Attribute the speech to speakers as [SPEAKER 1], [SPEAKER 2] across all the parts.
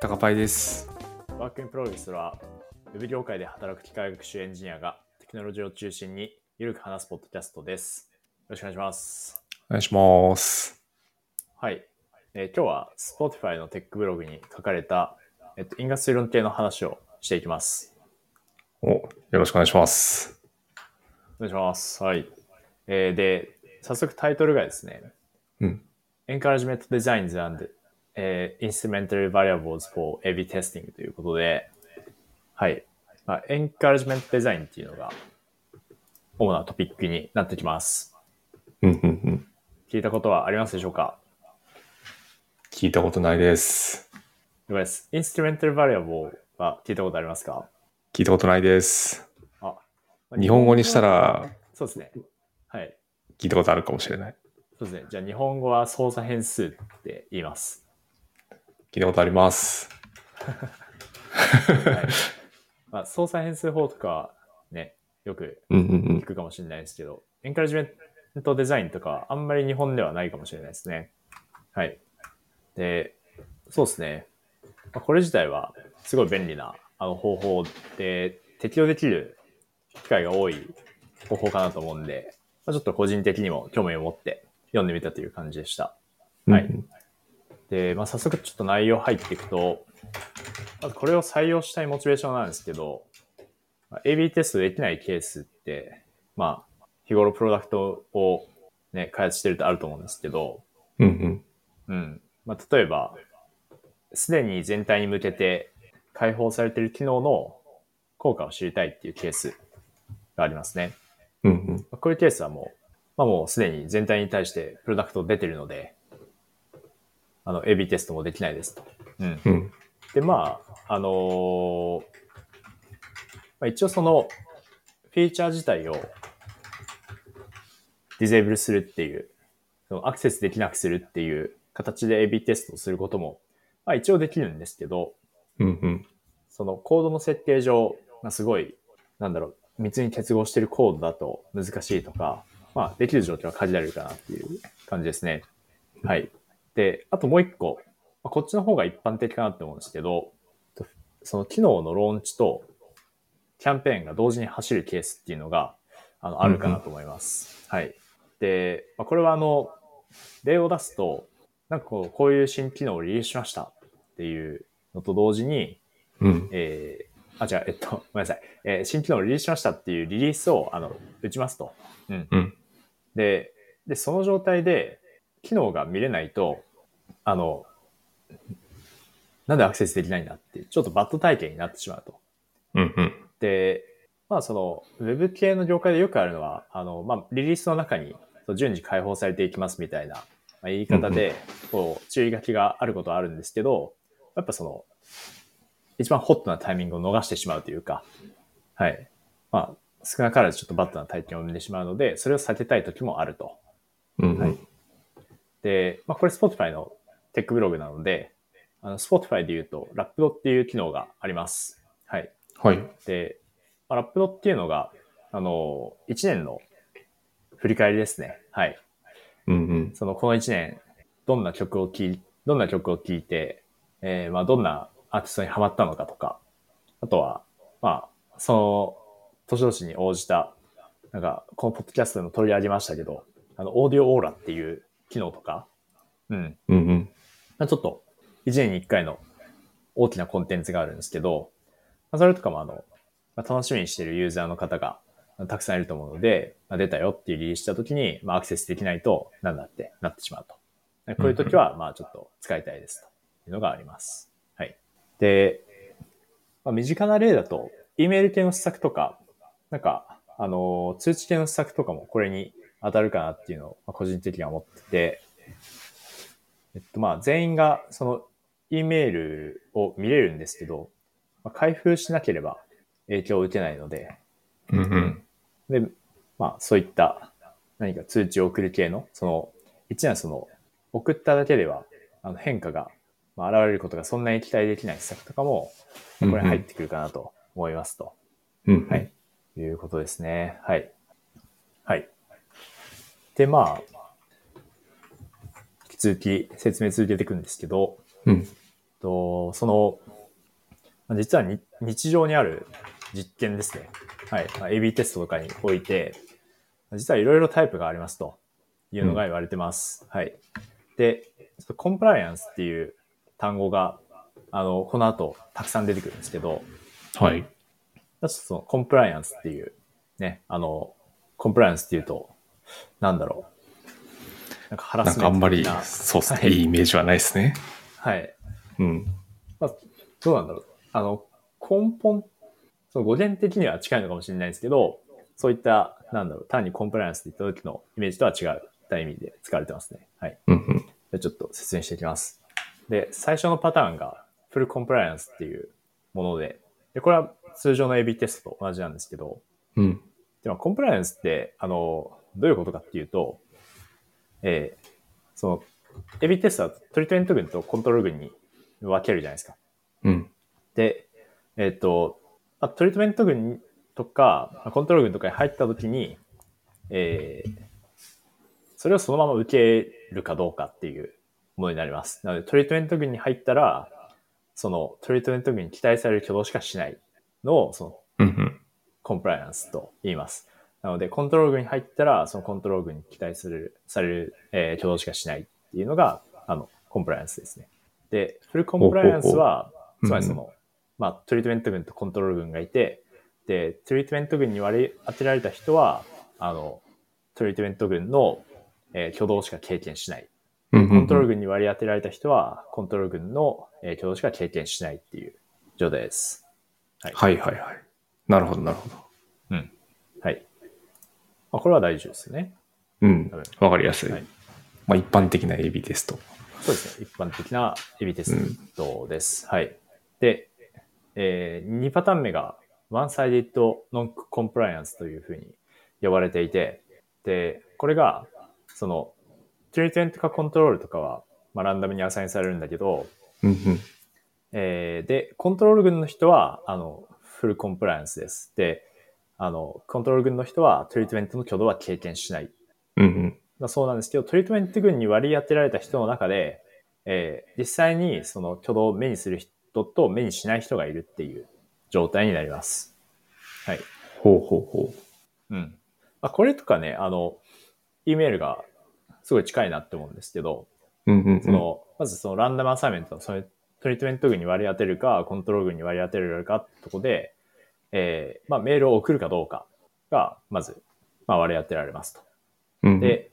[SPEAKER 1] 高パイです。
[SPEAKER 2] ワークインプログレスは、ウェブ業界で働く機械学習エンジニアがテクノロジーを中心にゆるく話すポッドキャストです。よろしくお願いします。
[SPEAKER 1] お願いします。
[SPEAKER 2] はい。えー今日は Spotify のテックブログに書かれた、えっと、因果推論系の話をしていきます。
[SPEAKER 1] お、よろしくお願いします。
[SPEAKER 2] お願いします。はい。えーで、早速タイトルがですね、
[SPEAKER 1] うん。
[SPEAKER 2] Encouragement Designs and、えー Instrumental Variables for A-B Testing ということで、はい。まあ、Encouragement Design っていうのが、主なトピックになってきます。
[SPEAKER 1] うんうんうん。
[SPEAKER 2] 聞いたことはありますでしょうか
[SPEAKER 1] 聞いたことないです。
[SPEAKER 2] 了解です。Instrumental Variable は聞いたことありますか
[SPEAKER 1] 聞いたことないです。
[SPEAKER 2] あ
[SPEAKER 1] 日本語にしたら
[SPEAKER 2] そうですね。はい。
[SPEAKER 1] 聞いたことあるかもしれない。
[SPEAKER 2] そうですね。じゃあ、日本語は操作変数って言います。
[SPEAKER 1] 聞いたことあります。
[SPEAKER 2] はい まあ、操作変数法とかはね、よく
[SPEAKER 1] うんうんうん
[SPEAKER 2] 聞。くかもしれないですけど、エンカレッジメントデザインとかはあんまり日本ではないかもしれないですね。はい。で、そうですね。まあこれ自体はすごい便利なあの方法で適用できる機会が多い方法かなと思うんで、まあ、ちょっと個人的にも興味を持って読んでみたという感じでした。はい
[SPEAKER 1] うんうん
[SPEAKER 2] で、まあ、早速ちょっと内容入っていくと、まずこれを採用したいモチベーションなんですけど、まあ AB テストできないケースって、まあ、日頃プロダクトをね、開発してるとあると思うんですけど、
[SPEAKER 1] うんうん。
[SPEAKER 2] うん。まあ、例えば、すでに全体に向けて開放されている機能の効果を知りたいっていうケースがありますね。
[SPEAKER 1] うんうん。
[SPEAKER 2] まあこういうケースはもう、まあもうすでに全体に対してプロダクト出てるので、あの、AB テストもできないですと。うん。
[SPEAKER 1] うん
[SPEAKER 2] で、まあ、あのーまあ、一応その、フィーチャー自体をディゼーブルするっていう、そのアクセスできなくするっていう形で AB テストをすることも、まあ一応できるんですけど、
[SPEAKER 1] うんうん。
[SPEAKER 2] そのコードの設計上、まあ、すごい、なんだろう、密に結合してるコードだと難しいとか、まあ、できる状況は限られるかなっていう感じですね。はい。で、あともう一個、まあ、こっちの方が一般的かなって思うんですけど、とその機能のローンチとキャンペーンが同時に走るケースっていうのが、あの、あるかなと思います。はい。で、まあ、これはあの、例を出すと、なんかこう、こういう新機能をリリースしましたっていうのと同時に、
[SPEAKER 1] うん
[SPEAKER 2] えー、あ、じゃえっと、ごめんなさい。えー新機能をリリースしましたっていうリリースを、あの、打ちますと。うん。
[SPEAKER 1] うん
[SPEAKER 2] で、で、その状態で、機能が見れないと、あの、なんでアクセスできないんだっていう、ちょっとバッド体験になってしまうと。
[SPEAKER 1] うんうん。
[SPEAKER 2] で、まあその、ウェブ系の業界でよくあるのは、あの、まあリリースの中にそう順次解放されていきますみたいな、まあ、言い方で、こう、注意書きがあることはあるんですけど、やっぱその、一番ホットなタイミングを逃してしまうというか、はい。まあ、少なからずちょっとバッドな体験を生んでしまうので、それを避けたい時もあると。
[SPEAKER 1] うんう
[SPEAKER 2] はい
[SPEAKER 1] ん。
[SPEAKER 2] で、まあ、これ Spotify のテックブログなので、あの Spotify で言うと、ラップドっていう機能があります。はい。
[SPEAKER 1] はい。
[SPEAKER 2] で、まあ、ラップドっていうのが、あの、1年の振り返りですね。はい。
[SPEAKER 1] うんうん。
[SPEAKER 2] その、この1年、どんな曲を聴い、どんな曲を聴いて、えーまあ、どんなアーティストにハマったのかとか、あとは、まあ、その、年々に応じた、なんか、このポッドキャストでも取り上げましたけど、あの、オーディオオーラっていう機能とか、うん。
[SPEAKER 1] うんうん。
[SPEAKER 2] まあちょっと、1年に1回の大きなコンテンツがあるんですけど、まあそれとかもあの、まあ楽しみにしているユーザーの方がまあたくさんいると思うので、まあ出たよっていうリリースした時に、まあアクセスできないと、なんだってなってしまうと。でこういう時は、まあちょっと使いたいですというのがあります。はい。で、まあ、身近な例だと、E メール系の施策とか、なんか、あの、通知系の施策とかもこれに当たるかなっていうのを、まあ個人的には思ってて、えっと、まあ、全員がその E メールを見れるんですけど、まあ、開封しなければ影響を受けないので、
[SPEAKER 1] うんうん。
[SPEAKER 2] で、まあ、そういった何か通知を送る系の、その、一年その、送っただけでは、あの変化が、まあ、現れることがそんなに期待できない施策とかも、これ入ってくるかなと思いますと
[SPEAKER 1] うん
[SPEAKER 2] はいいうことですね。はい。はい。で、まあ、引き続き説明続けていくんですけど、
[SPEAKER 1] うん。
[SPEAKER 2] と、その、まあ実はに日常にある実験ですね。はい。まあ、AB テストとかにおいて、実はいろいろタイプがありますというのが言われてます。はい。で、ちょっとコンプライアンスっていう単語が、あの、この後たくさん出てくるんですけど、
[SPEAKER 1] はい。
[SPEAKER 2] ちょっとそのコンプライアンスっていう、ね、あの、コンプライアンスっていうと、なんだろう。なんかハラ
[SPEAKER 1] な
[SPEAKER 2] ス
[SPEAKER 1] ん
[SPEAKER 2] メ
[SPEAKER 1] かあ
[SPEAKER 2] ント
[SPEAKER 1] んまり
[SPEAKER 2] 的な、
[SPEAKER 1] そうですね、
[SPEAKER 2] はい
[SPEAKER 1] い、いイメージはないですね。
[SPEAKER 2] はい。
[SPEAKER 1] うん。
[SPEAKER 2] まあ、どうなんだろう。あの、根本、その語源的には近いのかもしれないですけど、そういった、なんだろう、単にコンプライアンスって言った時のイメージとは違う、た意味で使われてますね。はい。
[SPEAKER 1] うんうん。
[SPEAKER 2] じゃあちょっと説明していきます。で、最初のパターンが、フルコンプライアンスっていうもので、で、これは通常の AB テストと同じなんですけど、
[SPEAKER 1] うん。
[SPEAKER 2] でもコンプライアンスって、あの、どういうことかっていうと、えーその、AB テストはトリートメント群とコントロール群に分けるじゃないですか。
[SPEAKER 1] うん。
[SPEAKER 2] で、えっ、と、まあ、トリートメント群とか、まあコントロール群とかに入ったときに、えーそれをそのまま受けるかどうかっていうものになります。なので、トリートメント群に入ったら、そのトリートメント群に期待される挙動しかしないのを、その
[SPEAKER 1] うんうん。
[SPEAKER 2] コンプライアンスと言います。なので、コントロール群に入ったら、そのコントロール群に期待する、される、えー挙動しかしないっていうのが、あの、コンプライアンスですね。で、フルコンプライアンスは、
[SPEAKER 1] ほうほう
[SPEAKER 2] つまりその、まあ、トリートメント群とコントロール群がいて、で、トリートメント群に割り当てられた人は、あの、トリートメント群の、えー挙動しか経験しない。
[SPEAKER 1] うんうんうん
[SPEAKER 2] コントロール群に割り当てられた人は、コントロール群の、えー挙動しか経験しないっていう状態です。
[SPEAKER 1] はいはいはい。なるほどなるほど。
[SPEAKER 2] はい。まあ、これは大丈夫ですよね。
[SPEAKER 1] うん
[SPEAKER 2] はい。
[SPEAKER 1] わかりやすい。
[SPEAKER 2] はい
[SPEAKER 1] まあ一般的な AB テスト。
[SPEAKER 2] そうですね。一般的なエビテストです。はい。で、え2パターン目が、ワンサイディットノンコンプライアンスというふうに呼ばれていて、で、これが、その、トリートメントかコントロールとかは、まあ、ランダムにアサインされるんだけど、
[SPEAKER 1] うんうん。
[SPEAKER 2] えーで、コントロール群の人は、あの、フルコンプライアンスです。で、あの、コントロール群の人は、トリートメントの挙動は経験しない
[SPEAKER 1] うん
[SPEAKER 2] まあ、そうなんですけど、トリートメント群に割り当てられた人の中で、えー実際にその挙動を目にする人と目にしない人がいるっていう状態になります。はい。
[SPEAKER 1] ほうほうほ
[SPEAKER 2] うん。まあ、これとかね、あの、E メールがすごい近いなって思うんですけど、
[SPEAKER 1] う。うんうん
[SPEAKER 2] その、まずそのランダムアサイメントの、そのトリートメント群に割り当てるか、コントロール群に割り当てるかってとこで、えーまあ、メールを送るかどうかが、まず、まあ、割り当てられますと。
[SPEAKER 1] うん。、
[SPEAKER 2] で、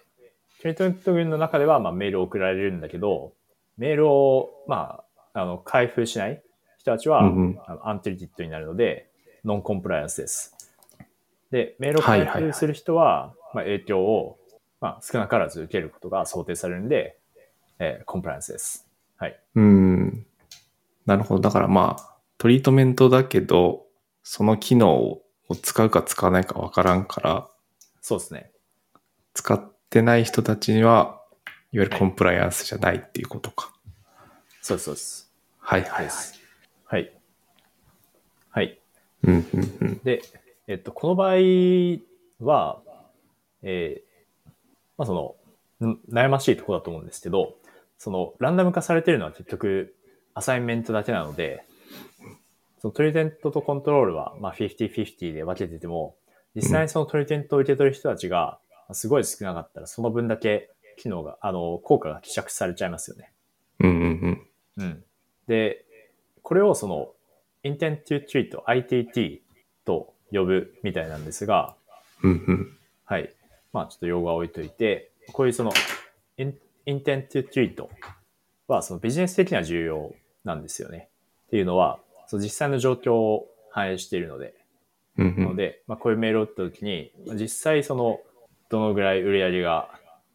[SPEAKER 2] トリートメント群の中では、まあ、メールを送られるんだけど、メールを、まあ、あの、開封しない人たちは、
[SPEAKER 1] うんうん
[SPEAKER 2] あのアントリティッドになるので、ノンコンプライアンスです。で、メールを
[SPEAKER 1] はい
[SPEAKER 2] 開
[SPEAKER 1] はいはい
[SPEAKER 2] 封する人は、まあ、影響を、まあ、少なからず受けることが想定されるんで、えーコンプライアンスです。はい。
[SPEAKER 1] うん。なるほど。だからまあ、トリートメントだけど、その機能を使うか使わないかわからんから、
[SPEAKER 2] そうですね。
[SPEAKER 1] 使ってない人たちには、いわゆるコンプライアンスじゃないっていうことか。
[SPEAKER 2] そうです、そうです。
[SPEAKER 1] はいは
[SPEAKER 2] で
[SPEAKER 1] いはい。
[SPEAKER 2] すはい。はい。
[SPEAKER 1] うんうんうん。
[SPEAKER 2] で、えっと、この場合は、えーまあその、ん悩ましいところだと思うんですけど、その、ランダム化されてるのは結局、アサインメントだけなので、そのトリートメントとコントロールは、まあ、50-50で分けてても、実際にそのトリートメントを受け取る人たちが、すごい少なかったら、その分だけ、機能が、あの、効果が希釈されちゃいますよね。
[SPEAKER 1] うんうん
[SPEAKER 2] うん。で、これをその、intent to treat, ITT と呼ぶみたいなんですが、
[SPEAKER 1] うん。うんうん。
[SPEAKER 2] はい。まあちょっと用語は置いといて、こういうその、in- intent to treat はそのビジネス的には重要なんですよね。っていうのは、その実際の状況を反映しているので、
[SPEAKER 1] うんう
[SPEAKER 2] なの
[SPEAKER 1] ん。
[SPEAKER 2] で、まあ、こういうメールを打った時に、まあ実際その、どのぐらい売り上げが、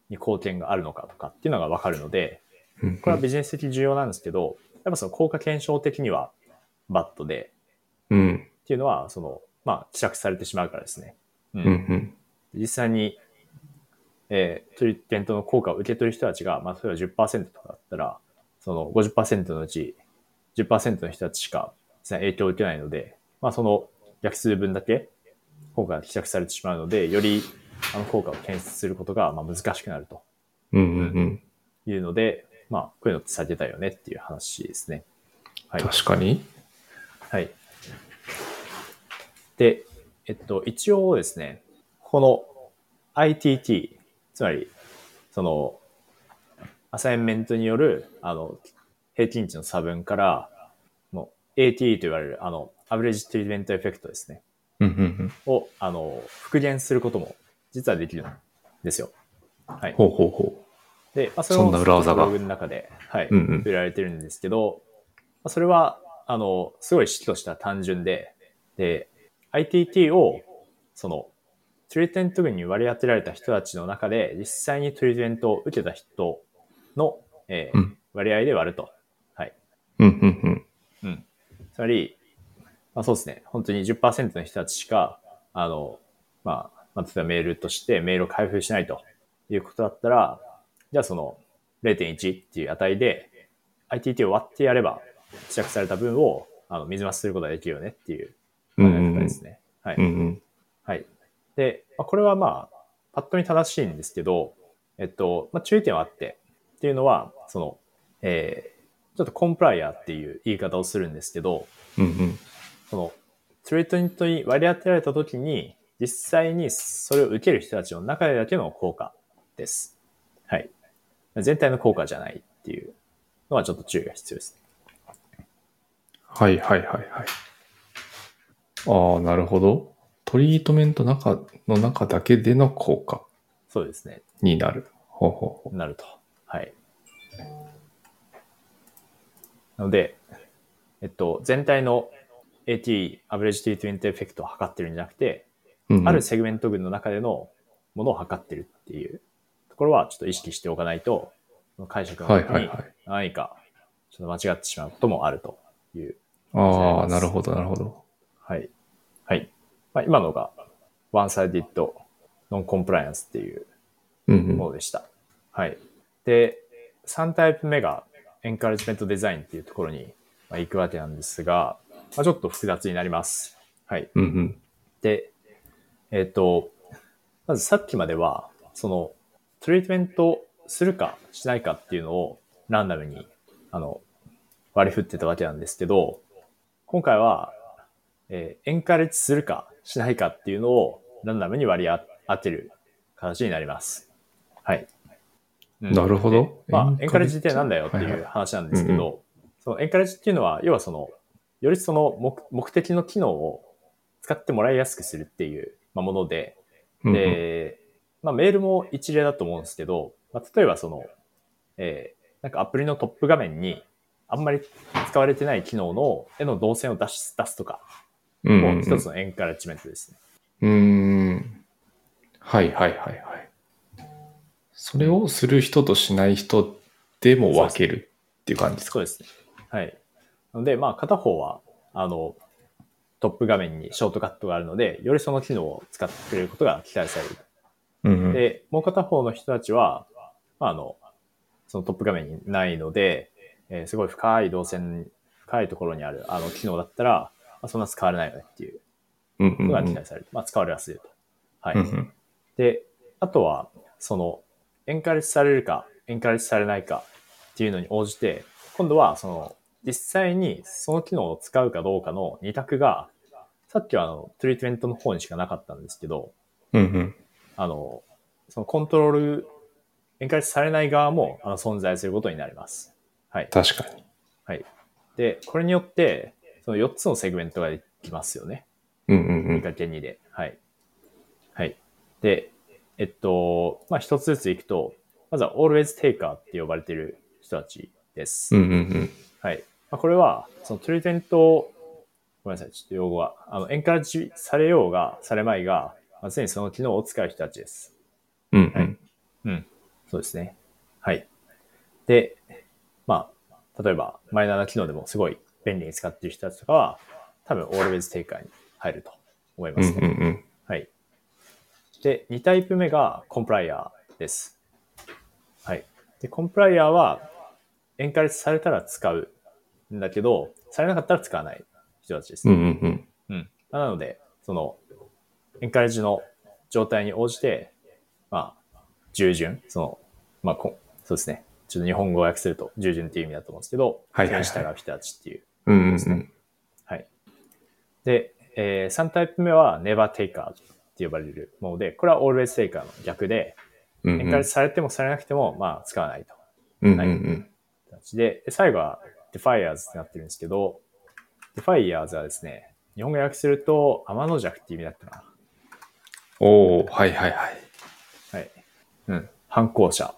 [SPEAKER 2] に貢献があるのかとかっていうのがわかるので、
[SPEAKER 1] うん
[SPEAKER 2] これはビジネス的に重要なんですけど、やっぱその効果検証的にはバットで、
[SPEAKER 1] うん
[SPEAKER 2] っていうのは、その、まあ、希釈されてしまうからですね。う
[SPEAKER 1] うんう。ん。
[SPEAKER 2] 実際に、えー、トリテントの効果を受け取る人たちが、まあ、例えば10%とかだったら、その50%のうち10%の人たちしか実際に影響を受けないので、まあ、その逆数分だけ効果が希釈されてしまうので、よりあの効果を検出することがまあ難しくなると
[SPEAKER 1] うんうんうん。
[SPEAKER 2] いうので、まあ、こういうのって避けたいよねっていう話ですね。はい。
[SPEAKER 1] 確かに。
[SPEAKER 2] はい。で、えっと、一応ですね、この ITT、つまり、その、アサインメントによる、あの、平均値の差分から、もう ATE と言われる、あの、アベレージトリートメントエフェクトですね、
[SPEAKER 1] うんうんうん。
[SPEAKER 2] を、あの、復元することも、実はできるんですよ。はい。
[SPEAKER 1] ほうほうほ
[SPEAKER 2] で、まあ、
[SPEAKER 1] そんな裏技が
[SPEAKER 2] ブログの中で、はい。
[SPEAKER 1] う。うんうん。
[SPEAKER 2] 売られてるんですけど、まあそれは、あの、すごい式としては単純で、で、ITT を、その、トリートメント群に割り当てられた人たちの中で、実際にトリートメントを受けた人の、えー
[SPEAKER 1] うん
[SPEAKER 2] 割合で割ると。
[SPEAKER 1] うんうんう
[SPEAKER 2] う
[SPEAKER 1] ん。
[SPEAKER 2] ん。つまり、まあ、そうですね。本当に10%の人たちしか、あの、まあ、まあ、例えばメールとしてメールを開封しないということだったら、じゃあその0.1っていう値で ITT を割ってやれば、試着された分をあの水増しすることができるよねっていう
[SPEAKER 1] う
[SPEAKER 2] 考え
[SPEAKER 1] んうん
[SPEAKER 2] 方
[SPEAKER 1] うん
[SPEAKER 2] ですね。はい。
[SPEAKER 1] うんうん。
[SPEAKER 2] はい。で、まあ、これはまあ、パッと見正しいんですけど、えっと、まあ、注意点はあって、っていうのは、その、えーちょっとコンプライアーっていう言い方をするんですけど、
[SPEAKER 1] うんうん。
[SPEAKER 2] その、トリートメントに割り当てられた時に、実際にそれを受ける人たちの中でだけの効果です。はい。全体の効果じゃないっていうのはちょっと注意が必要です。
[SPEAKER 1] はいはいはいはい。ああ、なるほど。トリートメント中の中だけでの効果
[SPEAKER 2] そうですね。
[SPEAKER 1] になる。ほうほうほ
[SPEAKER 2] なると。はい。なので、えっと、全体の AT、アベレージティートメントエフェクトを測ってるんじゃなくて、
[SPEAKER 1] う。うんうん
[SPEAKER 2] あるセグメント群の中でのものを測ってるっていうところはちょっと意識しておかないと、その解釈の
[SPEAKER 1] はい
[SPEAKER 2] 時
[SPEAKER 1] はい
[SPEAKER 2] に
[SPEAKER 1] はい。
[SPEAKER 2] 何かちょっと間違ってしまうこともあるという。
[SPEAKER 1] ああ、なるほどなるほど。
[SPEAKER 2] はい。はい。まあ、今のが、ワンサイディットノンコンプライアンスっていう
[SPEAKER 1] うんう
[SPEAKER 2] も
[SPEAKER 1] ん。
[SPEAKER 2] のでした。はい。で、3タイプ目がエンカレッジメントデザインっていうところにまあ行くわけなんですが、まあ、ちょっと複雑になります。はい。
[SPEAKER 1] うんうん。
[SPEAKER 2] で、えっ、と、まずさっきまでは、その、トリートメントするかしないかっていうのをランダムに、あの、割り振ってたわけなんですけど、今回は、えーエンカレッジするかしないかっていうのをランダムに割り当てる形になります。はい。うん
[SPEAKER 1] なるほど
[SPEAKER 2] でまあ、
[SPEAKER 1] エ
[SPEAKER 2] エ
[SPEAKER 1] ンカレ
[SPEAKER 2] ンカレッ
[SPEAKER 1] ッジ
[SPEAKER 2] ジってなんだよって
[SPEAKER 1] はい
[SPEAKER 2] い
[SPEAKER 1] はいう
[SPEAKER 2] 話なんですけど、そのエンカレッジっていうのは、要はその、よりその目目的の機能を使ってもらいやすくするっていうまあもので、
[SPEAKER 1] うんうん
[SPEAKER 2] で、まあ、メールも一例だと思うんですけど、まあ、例えばその、えーなんかアプリのトップ画面にあんまり使われてない機能の絵の動線を出し出すとか、
[SPEAKER 1] うんうん
[SPEAKER 2] も
[SPEAKER 1] う
[SPEAKER 2] うん一つのエンカレッジメントですね。
[SPEAKER 1] うーん。はいはいはいはい。それをする人としない人でも分けるっていう感じですか。
[SPEAKER 2] そうですね。はい。なので、まあ、片方は、あの、トップ画面にショートカットがあるので、よりその機能を使ってくれることが期待される。
[SPEAKER 1] うんうん。
[SPEAKER 2] で、もう片方の人たちは、まあ、あの、そのトップ画面にないので、えーすごい深い動線、深いところにあるあの機能だったら、まあ、そんな使われないよねっていう
[SPEAKER 1] うんう
[SPEAKER 2] こ
[SPEAKER 1] ん
[SPEAKER 2] と
[SPEAKER 1] う
[SPEAKER 2] が期
[SPEAKER 1] ん
[SPEAKER 2] 待される。まあ、使われやすいと。はい。
[SPEAKER 1] うんうん
[SPEAKER 2] で、あとは、その、エンカレッジされるか、エンカレッジされないかっていうのに応じて、今度は、その、実際にその機能を使うかどうかの二択が、さっきはあの、トリートメントの方にしかなかったんですけど、
[SPEAKER 1] うんうん。
[SPEAKER 2] あの、そのコントロール、エンカレッジされない側もあの存在することになります。はい。
[SPEAKER 1] 確かに。
[SPEAKER 2] で、これによって、その4つのセグメントができますよね。
[SPEAKER 1] うんうんうん。
[SPEAKER 2] 2×2 で。はい。はい。で、えっと、まあ、一つずついくと、まずは always taker って呼ばれてる人たちです。
[SPEAKER 1] うんうん
[SPEAKER 2] はい。まあ、これは、そのトリートメントを、ごめんなさい、ちょっと用語は、あの、エンカレッジされようが、されまいが、まあ常にその機能を使う人たちです。
[SPEAKER 1] うん。うんうん。
[SPEAKER 2] そうですね。はい。で、まあ、例えば、マイナーな機能でもすごい便利に使っている人たちとかは、多分、Always Taker に入ると思いま
[SPEAKER 1] うん
[SPEAKER 2] す
[SPEAKER 1] う
[SPEAKER 2] ね。
[SPEAKER 1] んうん。
[SPEAKER 2] はい。で、2タイプ目がコンプライアーです。はい。で、コンプライアーは、エンカレッジされたら使うんだけど、されなかったら使わない人たちです
[SPEAKER 1] う
[SPEAKER 2] ね。
[SPEAKER 1] んうんうん。
[SPEAKER 2] うん。なので、その、エンカレッジの状態に応じて、まあ、従順、その、まあ、こそうですね。ちょっと日本語を訳すると、従順っていう意味だと思うんですけど、
[SPEAKER 1] はいはいはい
[SPEAKER 2] それに従う人たちっていう
[SPEAKER 1] うんうん
[SPEAKER 2] です
[SPEAKER 1] う
[SPEAKER 2] ね
[SPEAKER 1] ん。
[SPEAKER 2] はい。で、え3タイプ目は Never Taker って呼ばれるもので、これは Always Taker の逆で、
[SPEAKER 1] うん
[SPEAKER 2] エ
[SPEAKER 1] う
[SPEAKER 2] ン
[SPEAKER 1] ん
[SPEAKER 2] カレッジされてもされなくても、まあ、使わないと。
[SPEAKER 1] うんうんうん。
[SPEAKER 2] 形で、で最後は Defiers ってなってるんですけど、Defiers はですね、日本語訳すると天の弱っていう意味だったか
[SPEAKER 1] おおはいはいはい。
[SPEAKER 2] な。はい。うん。反抗者。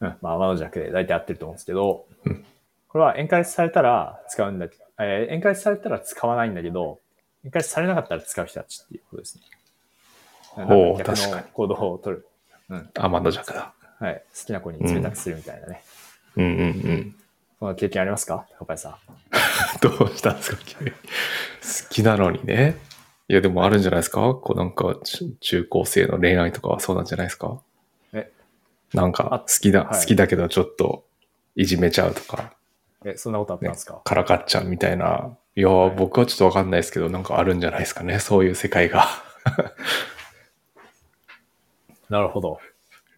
[SPEAKER 2] うん。まあ、天の弱で大体合ってると思うんですけど、
[SPEAKER 1] うん
[SPEAKER 2] これはエンカレッジされたら使うんだけど、えーエンカレッジされたら使わないんだけど、エンカレッジされなかったら使う人たちっていうことですね。なんか
[SPEAKER 1] ほう
[SPEAKER 2] 逆の
[SPEAKER 1] 確かに
[SPEAKER 2] 行動を取る。
[SPEAKER 1] アマンダ弱だ。
[SPEAKER 2] はい。好きな子に冷たくするみたいなね。
[SPEAKER 1] うんうんうん。
[SPEAKER 2] そんな経験ありますか高林さん。
[SPEAKER 1] どうしたんですか急に好きなのにね。いやでもあるんじゃないですかこうなんか中中高生の恋愛とかはそうなんじゃないですか
[SPEAKER 2] え
[SPEAKER 1] なん
[SPEAKER 2] あ
[SPEAKER 1] か好きだ、
[SPEAKER 2] はい
[SPEAKER 1] 好きだけどちょっといじめちゃうとか、
[SPEAKER 2] え、そんなことあったん
[SPEAKER 1] ね
[SPEAKER 2] ですか、、
[SPEAKER 1] からかっちゃうみたいな。いや
[SPEAKER 2] はい
[SPEAKER 1] ー、僕はちょっとわかんないですけど、なんかあるんじゃないですかね。 そういう世界が。
[SPEAKER 2] なるほど。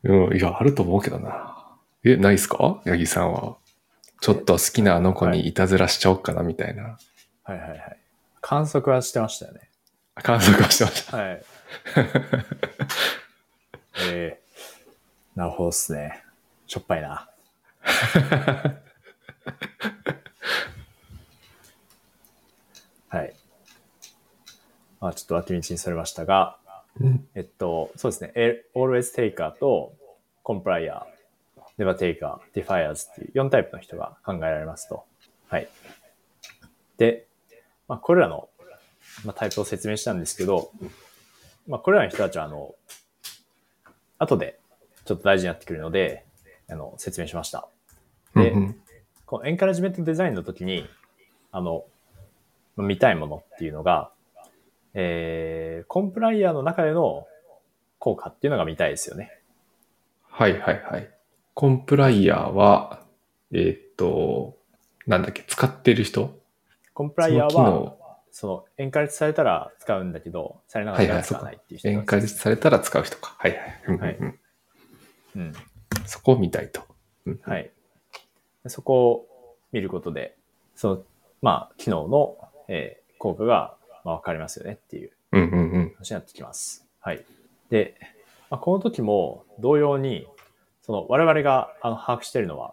[SPEAKER 1] うん、いや、あると思うけどな。え、ないっすか八木さんは。ちょっと好きなあの子にいたずらしちゃおっかな、みたいな。
[SPEAKER 2] はいはいはい。観測はしてましたよね。
[SPEAKER 1] 観測はしてました。
[SPEAKER 2] はい。 えー、なるほどっすね。しょっぱいな。 はい。まあちょっと脇道にそれましたが、
[SPEAKER 1] うん
[SPEAKER 2] えっと、そうですね。え always taker と complier、never taker、defiers っていう4タイプの人が考えられますと。はい。で、まあこれらの、まあ、タイプを説明したんですけど、まあ、これらの人たちは、あの、後でちょっと大事になってくるので、あの、説明しました。で
[SPEAKER 1] うんうん
[SPEAKER 2] このエンカレッジメントデザインの時に、あの、まあ見たいものっていうのが、えー、コンプライアーの中での効果っていうのが見たいですよね。
[SPEAKER 1] はいはいはい。コンプライヤーは、えーっと、なんだっけ、使ってる人
[SPEAKER 2] コンプライアー
[SPEAKER 1] その
[SPEAKER 2] は
[SPEAKER 1] 機能、
[SPEAKER 2] その、エンカレッジされたら使うんだけど、されなかったら使わないっていう人
[SPEAKER 1] 宴
[SPEAKER 2] たち
[SPEAKER 1] 会されたら使う人か。はいはい。うん
[SPEAKER 2] はい
[SPEAKER 1] うんうん
[SPEAKER 2] うん。
[SPEAKER 1] そこを見たいと。うん
[SPEAKER 2] はい。そこを見ることで、その、まあ、機能の、えー効果が、まあ、わかりますよねっていう
[SPEAKER 1] うんうんうん。
[SPEAKER 2] 話になってきます。はい。で、まあ、この時も同様に、その我々があの把握しているのは、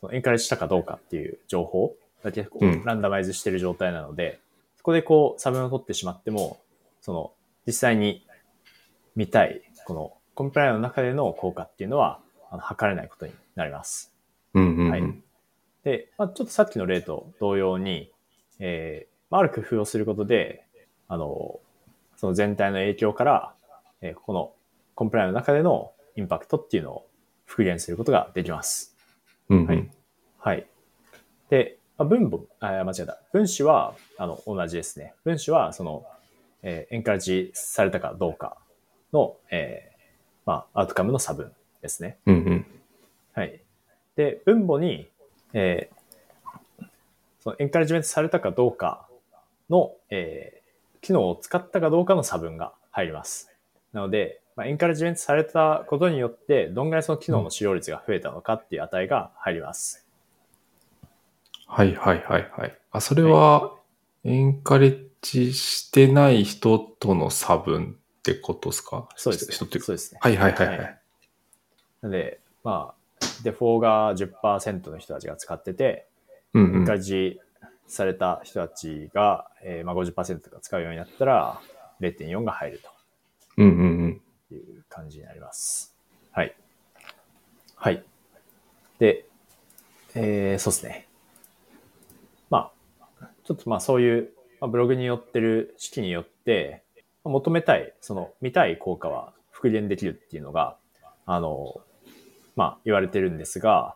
[SPEAKER 2] そのエンカレッジしたかどうかっていう情報だけこう
[SPEAKER 1] うん
[SPEAKER 2] ランダマイズしている状態なので、そこでこう差分を取ってしまっても、その実際に見たい、このコンプライアの中での効果っていうのは、あの測れないことになります。
[SPEAKER 1] うんうんうん。
[SPEAKER 2] はいで、まあ、ちょっとさっきの例と同様に、えーまあ、ある工夫をすることで、あの、その全体の影響から、えーここのコンプライアの中でのインパクトっていうのを復元することができます。
[SPEAKER 1] うんうん
[SPEAKER 2] はいはい。で、まあ、分母、あ、間違えた。分子は、あの、同じですね。分子は、その、えーエンカレッジされたかどうかの、えーまあ、アウトカムの差分ですね。
[SPEAKER 1] うんうん。
[SPEAKER 2] はい。で、分母に、えーそのエンカレッジメントされたかどうかの、えー機能を使ったかどうかの差分が入ります。なので、まあ、エンカレッジメントされたことによって、どんぐらいその機能の使用率が増えたのかっていう値が入ります。
[SPEAKER 1] はいはいはいはい。あ、それは、エンカレッジしてない人との差分ってことですか
[SPEAKER 2] そうですね。
[SPEAKER 1] 人っていうか
[SPEAKER 2] そうですね。
[SPEAKER 1] はいはいはいはい。
[SPEAKER 2] はいなので、まあ、デフォーが10%の人たちが使ってて、
[SPEAKER 1] うんう
[SPEAKER 2] エン
[SPEAKER 1] ん。
[SPEAKER 2] カレッジされた人たちが、えーまあ、50%とか使うようになったら、0.4が入ると。
[SPEAKER 1] うんうんうん。
[SPEAKER 2] っていう感じになります。はい。はい。で、えー、そうですね。まあ、ちょっとまあそういう、まあ、ブログによってる式によって、まあ求めたい、その見たい効果は復元できるっていうのが、あの、まあ言われてるんですが、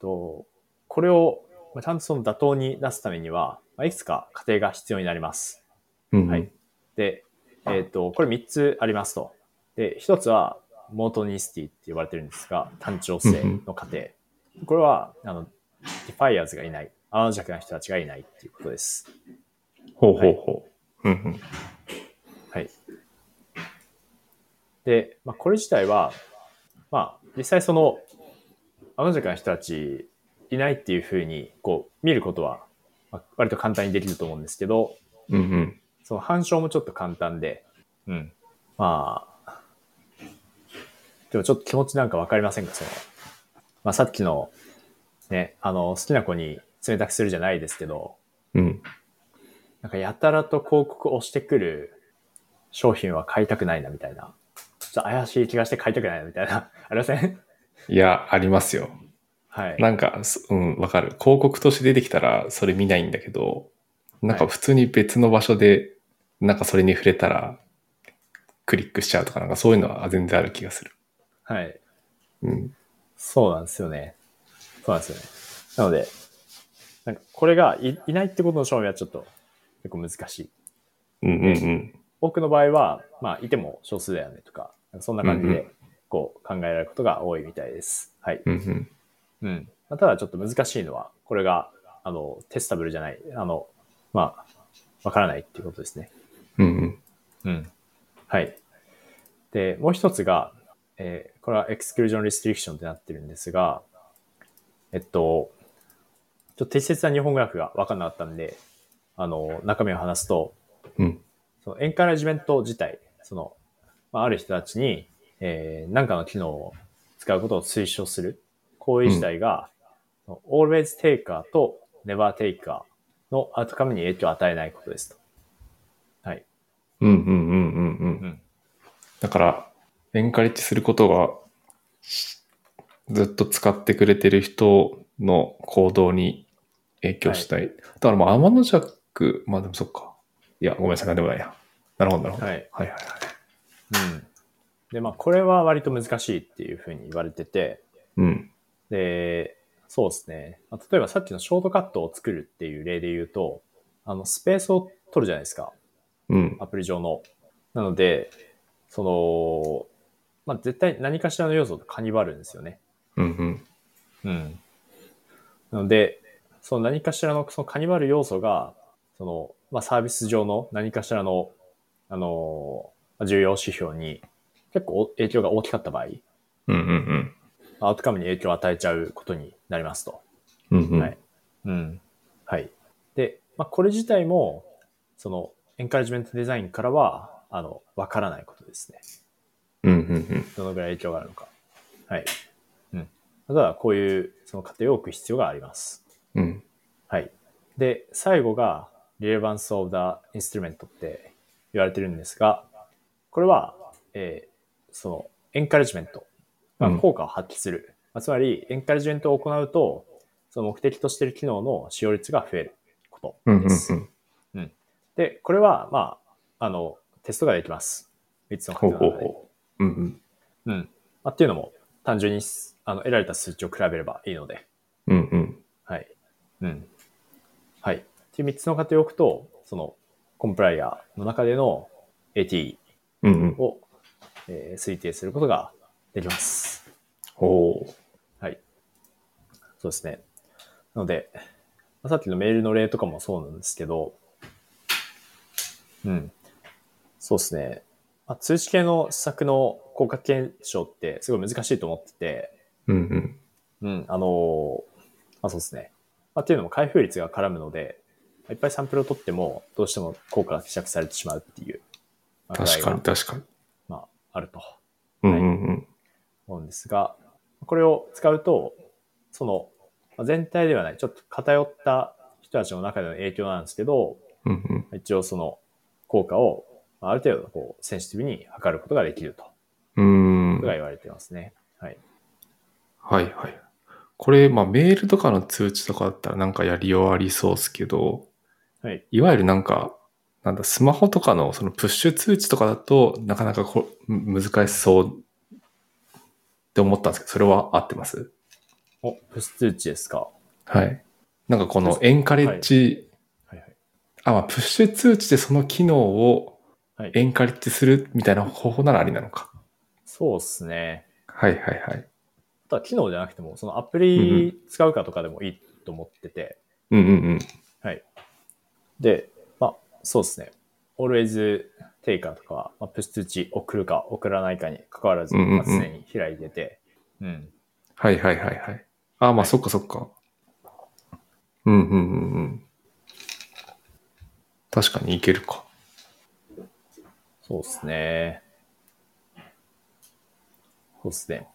[SPEAKER 2] とこれをまあちゃんとその妥当に出すためには、まあいくつか過程が必要になります。
[SPEAKER 1] うんうん。
[SPEAKER 2] はい。で、えっ、と、これ3つありますと。で、1つは、モートニシティって呼ばれてるんですが、単調性の過程。これは、あの、ディファイアーズがいない、あの弱な人たちがいないっていうことです。
[SPEAKER 1] ほうほうほう。うんうん。
[SPEAKER 2] はい。で、まあ、これ自体は、まあ、実際その、あの弱な人たちいないっていうふうに、こう、見ることはまあ、割と簡単にできると思うんですけど、
[SPEAKER 1] うんうん。
[SPEAKER 2] その反証もちょっと簡単で、うん。まあ、でもちょっと気持ちなんかわかりませんかその、まあさっきの、ね、あの、好きな子に冷たくするじゃないですけど、
[SPEAKER 1] うん。
[SPEAKER 2] なんかやたらと広告を押してくる商品は買いたくないなみたいな。ちょっと怪しい気がして買いたくないなみたいな。 ありません
[SPEAKER 1] いや、ありますよ。
[SPEAKER 2] はい。
[SPEAKER 1] なんか、すうん、わかる。広告として出てきたらそれ見ないんだけど、なんか普通に別の場所で、なんかそれに触れたら、クリックしちゃうとか、なんかそういうのは全然ある気がする。
[SPEAKER 2] はい。
[SPEAKER 1] うん。
[SPEAKER 2] そうなんですよね。そうなんですよね。なので、なんかこれがいいないってことの証明はちょっと結構難しい。
[SPEAKER 1] うんうんうん。
[SPEAKER 2] 多くの場合は、まあ、いても少数だよねとか、なんかそんな感じ
[SPEAKER 1] うんう
[SPEAKER 2] でこう考えられることが多いみたいです。はい。
[SPEAKER 1] うんうん。
[SPEAKER 2] うん。まあただちょっと難しいのは、これが、あの、テスタブルじゃない、あの、まあ、わからないっていうことですね。
[SPEAKER 1] うんうん。
[SPEAKER 2] うん。はい。で、もう一つが、えーこれはエクスクルージョン・リストリクションってなってるんですが、えっと、ちょっと適切な日本語訳が分かんなかったんで、あの、中身を話すと、
[SPEAKER 1] うん
[SPEAKER 2] そのエンカレージメント自体、その、まあ、ある人たちに、えー、何かの機能を使うことを推奨する行為自体が、その always taker と never taker のアウトカムに影響を与えないことですと。はい。
[SPEAKER 1] うんうんうんうんうん。
[SPEAKER 2] うん。
[SPEAKER 1] だから、エンカレッジすることが、ずっと使ってくれてる人の行動に影響しない。だから、まあ、天の弱、まあでもそっか。いや、ごめんなさい、なんでもないや。なるほど、なるほど。
[SPEAKER 2] はい。
[SPEAKER 1] はいはいはい。
[SPEAKER 2] うん。で、まあ、これは割と難しいっていうふうに言われてて、
[SPEAKER 1] うん。
[SPEAKER 2] で、そうですね。まあ例えばさっきのショートカットを作るっていう例で言うと、あの、スペースを取るじゃないですか。
[SPEAKER 1] うん。
[SPEAKER 2] アプリ上の。なので、その、まあ、絶対何かしらの要素とカニバルんですよね。
[SPEAKER 1] うんう
[SPEAKER 2] う
[SPEAKER 1] ん。
[SPEAKER 2] ん。なので、その何かしらの、そのカニバル要素が、その、まあ、サービス上の何かしらの、あの、まあ重要指標に結構影響が大きかった場合、
[SPEAKER 1] うんうん
[SPEAKER 2] アウトカムに影響を与えちゃうことになりますと。
[SPEAKER 1] うん。うんうん。
[SPEAKER 2] はいうん。はい。で、まあ、これ自体も、その、エンカレッジメントデザインからは、あの、わからないことですね。
[SPEAKER 1] うんうんうん。
[SPEAKER 2] どのぐらい影響があるのか。はい。うん。ただ、こういう、その過程を置く必要があります。
[SPEAKER 1] うん。
[SPEAKER 2] はい。で、最後が、relevance of the instrument って言われてるんですが、これは、えーその、エンカレッジメント、まあ
[SPEAKER 1] うん
[SPEAKER 2] 効果を発揮する。まあつまり、エンカレッジメントを行うと、その目的としている機能の使用率が増えるこ
[SPEAKER 1] うんうん
[SPEAKER 2] と
[SPEAKER 1] う
[SPEAKER 2] です。
[SPEAKER 1] ん。
[SPEAKER 2] で、これは、まあ、あの、テストができます。3つの
[SPEAKER 1] ほう
[SPEAKER 2] 方法
[SPEAKER 1] ほう
[SPEAKER 2] の中で。
[SPEAKER 1] ほう。うんうん。
[SPEAKER 2] うん。まあ、っていうのも、単純にあの得られた数値を比べればいいので、
[SPEAKER 1] うんうん。
[SPEAKER 2] はい。うん。はい。っていう3つの過程を置くと、その、コンプライアの中での AT
[SPEAKER 1] うんうん。
[SPEAKER 2] を、えー推定することができます。
[SPEAKER 1] ほう。
[SPEAKER 2] はい。そうですね。なので、まあさっきのメールの例とかもそうなんですけど、うん。そうですね。まあ、通知系の施策の効果検証ってすごい難しいと思ってて、
[SPEAKER 1] うんうん。
[SPEAKER 2] うん、あのーまあそうですね。まあ、っていうのも開封率が絡むので、いっぱいサンプルを取っても、どうしても効果が希釈されてしまうっていう、まあ
[SPEAKER 1] 確かに
[SPEAKER 2] 課題が
[SPEAKER 1] 確かに。
[SPEAKER 2] まあ、あると
[SPEAKER 1] うんうんうん。
[SPEAKER 2] 思うんですが、これを使うと、その、まあ全体ではない、ちょっと偏った人たちの中での影響なんですけど、
[SPEAKER 1] うんうん。
[SPEAKER 2] 一応その効果を、まあある程度こうセンシティブに測ることができると、
[SPEAKER 1] うーん
[SPEAKER 2] ことが言われてますね。はい。
[SPEAKER 1] はいはい。これ、まあメールとかの通知とかだったらなんかやりようありそうですけど、
[SPEAKER 2] はい。
[SPEAKER 1] いわゆるなんか、なんだ、スマホとかのそのプッシュ通知とかだとなかなかこむ難しそうって思ったんですけど、それは合ってます
[SPEAKER 2] お、プッシュ通知ですか。は
[SPEAKER 1] はい。なんかこのエンカレッジ、
[SPEAKER 2] いはい。
[SPEAKER 1] あ、まあプッシュ通知でその機能を
[SPEAKER 2] はい
[SPEAKER 1] エンカレッジするみたいな方法ならありなのか。
[SPEAKER 2] そうですね。
[SPEAKER 1] はいはいはい。
[SPEAKER 2] あとは機能じゃなくても、そのアプ
[SPEAKER 1] うんう
[SPEAKER 2] リ使うかとかでもいいと思ってて、
[SPEAKER 1] うんうんうん。
[SPEAKER 2] で、まあ、そうですね。always taker とかは、まあ、プッシュ通知送るか送らないかに関わらず、
[SPEAKER 1] うんうんうん
[SPEAKER 2] まあ常に開いてて、うん。
[SPEAKER 1] はいはいはいはい。あ、まあ、そっかそっか。うんうんうんうん。確かにいけるか。
[SPEAKER 2] そうですね。そうですね。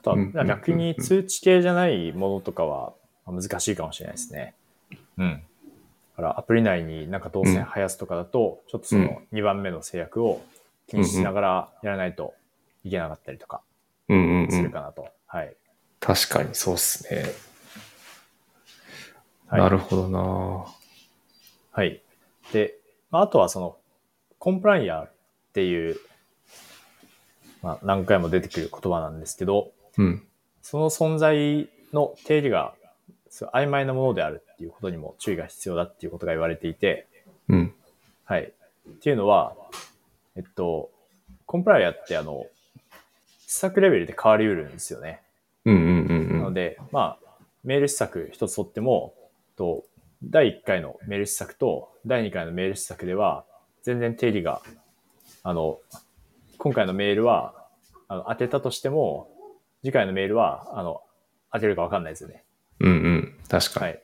[SPEAKER 2] あとは
[SPEAKER 1] うんうん
[SPEAKER 2] 逆に通知系じゃないものとかはまあ難しいかもしれないですね。うん。だからアプリ内になんか動線生やすとかだと、ちょっとその2番目の制約を気にしながらやらないといけなかったりとか
[SPEAKER 1] うんうんう
[SPEAKER 2] する
[SPEAKER 1] ん。
[SPEAKER 2] かなと。はい。
[SPEAKER 1] 確かにそうっすね。
[SPEAKER 2] はい
[SPEAKER 1] なるほどな
[SPEAKER 2] はい。で、まああとはその、コンプライアーっていう、まあ、何回も出てくる言葉なんですけど、
[SPEAKER 1] うん。
[SPEAKER 2] その存在の定義がすごい曖昧なものであるっていうことにも注意が必要だっていうことが言われていて、
[SPEAKER 1] うん。
[SPEAKER 2] はい。っていうのは、えっと、コンプライアってあの、施策レベルで変わりうるんですよね。
[SPEAKER 1] うんうんう
[SPEAKER 2] なん
[SPEAKER 1] う
[SPEAKER 2] の
[SPEAKER 1] ん。
[SPEAKER 2] で、まあ、メール施策一つとっても、と第1回のメール施策と第2回のメール施策では、全然定義が、あの、今回のメールは、あの、当てたとしても、次回のメールは、あの、当てるか分かんないですよね。
[SPEAKER 1] うんうん。確か
[SPEAKER 2] は
[SPEAKER 1] に。
[SPEAKER 2] い。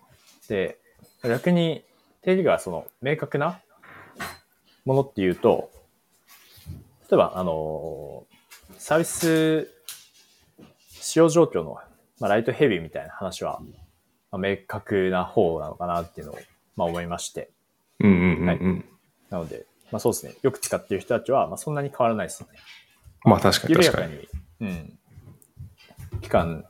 [SPEAKER 2] で、逆に定義がその明確なものっていうと、例えば、あの、サービス使用状況の、まあ、ライトヘビーみたいな話は、まあ、明確な方なのかなっていうのを、まあ、思いまして。
[SPEAKER 1] うんうんうんうん。
[SPEAKER 2] なので、まあ、そうですね。よく使ってる人たちは、まあ、そんなに変わらないですよね。
[SPEAKER 1] まあ確かに
[SPEAKER 2] 緩や
[SPEAKER 1] 確か
[SPEAKER 2] か
[SPEAKER 1] に。
[SPEAKER 2] に、うん。期間、